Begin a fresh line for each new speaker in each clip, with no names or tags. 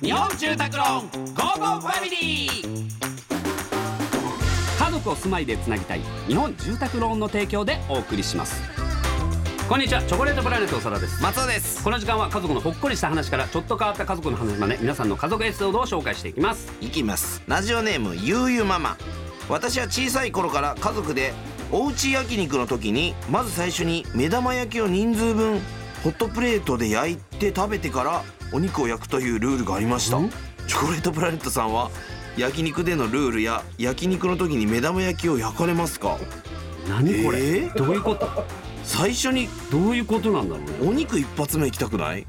日本住宅ローンゴーゴーファミリー家族を住まいでつなぎたい日本住宅ローンの提供でお送りしますこんにちはチョコレートプラネット長田です
松尾です
この時間は家族のほっこりした話からちょっと変わった家族の話まで皆さんの家族エピソードを紹介していきます
いきますラジオネームゆうゆママ私は小さい頃から家族でおうち焼肉の時にまず最初に目玉焼きを人数分ホットプレートで焼いて食べてからお肉を焼くというルールがありました
ん
チョコレートプラネットさんは焼肉でのルールや焼肉の時に目玉焼きを焼かれますか
何これ、
えー
どういうこと
最初に
どういうことなんだろうね
お肉一発目行きたくない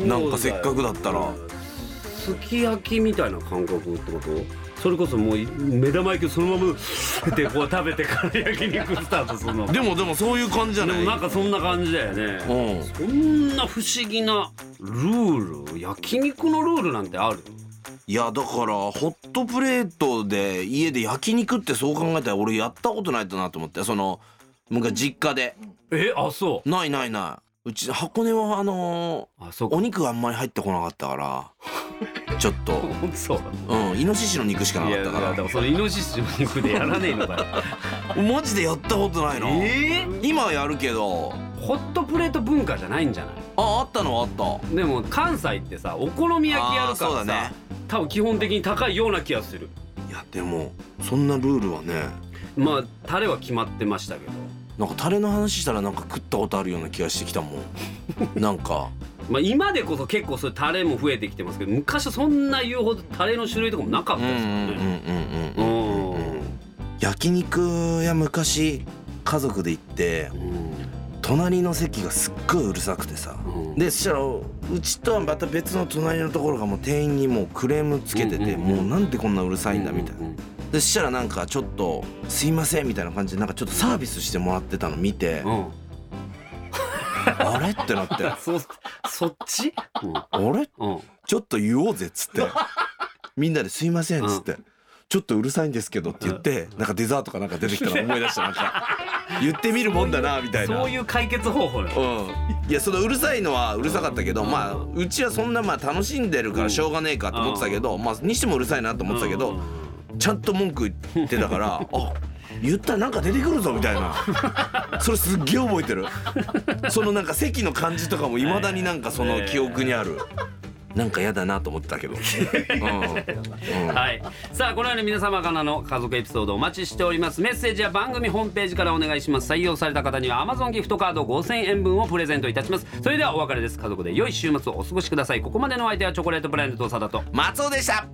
なんかせっかくだったら
すき焼きみたいな感覚ってことそれこそもう目玉焼きをそのままってこう食べてから焼肉スタートするの
でもでもそういう感じじゃ
で
ない
もなんかそんな感じだよ
う
ね
ん
そんな不思議なルール焼肉のルールなんてある
いやだからホットプレートで家で焼肉ってそう考えたら俺やったことないとなと思ってその昔実家で
えあそ
ないないないうち箱根はあの
うあそ
ーお
こ
肉あんまり入ってこなかったからちょっと
そう
うんイノシシの肉しか
い
な
や
か
い
った
や
か
でもそれイノシシの肉でやらねえのかよ
らマジでやったことないな
え
今はやるけど
ホットプレート文化じゃないんじゃない
ああったのはあった
でも関西ってさお好み焼きやるから
あーそ
さ、
うだね
多分基本的に高いような気がする
いやでもそんなルールはね
まあタレは決まってましたけど
なんかタレの話したらなんか食ったことあるような気がしてきたもんなん か
まあ今でこそ結構そういうタレも増えてきてますけど昔はそんな言うほどタレの種類とかもなかったですよね
う
うんん
うんうんうん焼肉屋昔家族で行って隣の席がすっごいうるさくてさ
うん
でそしたらうちとはまた別の隣のところがもう店員にもうクレームつけてて、
うんうんうん
もうなんでこんなうるさいんだみたいな、
うん
でそしたらなんかちょっと「すいません」みたいな感じでなんかちょっとサービスしてもらってたの見て、
うんうん
あれってなって
あそそっち
「あれ
うんうん
ちょっと言おうぜ」っつってみんなで「すいません」っつって。ちょっとうるさいんですけどって言ってなんかデザートかなんか出てきたの思い出したなんか言ってみるもんだなみたいな
そういう解決方法なの
うん、いやそのうるさいのはうるさかったけど、
うん
まあうちはそんなまあ楽しんでるからしょうがねえかと思ってたけど、まあにしてもうるさいなと思ってたけど、ちゃんと文句言ってたから あ言ったらなんか出てくるぞみたいな それすっげえ覚えてる そのなんか席の感じとかもいまだになんかその記憶にある、なんか嫌だなと思って たけど、うんうん
はいさあこのように皆様からの家族エピソードお待ちしておりますメッセージは番組ホームページからお願いします採用された方には Amazon ギフトカード5000円分をプレゼントいたしますそれではお別れです家族で良い週末をお過ごしくださいここまでのお相手はチョコレートプラネット長田と
松尾でした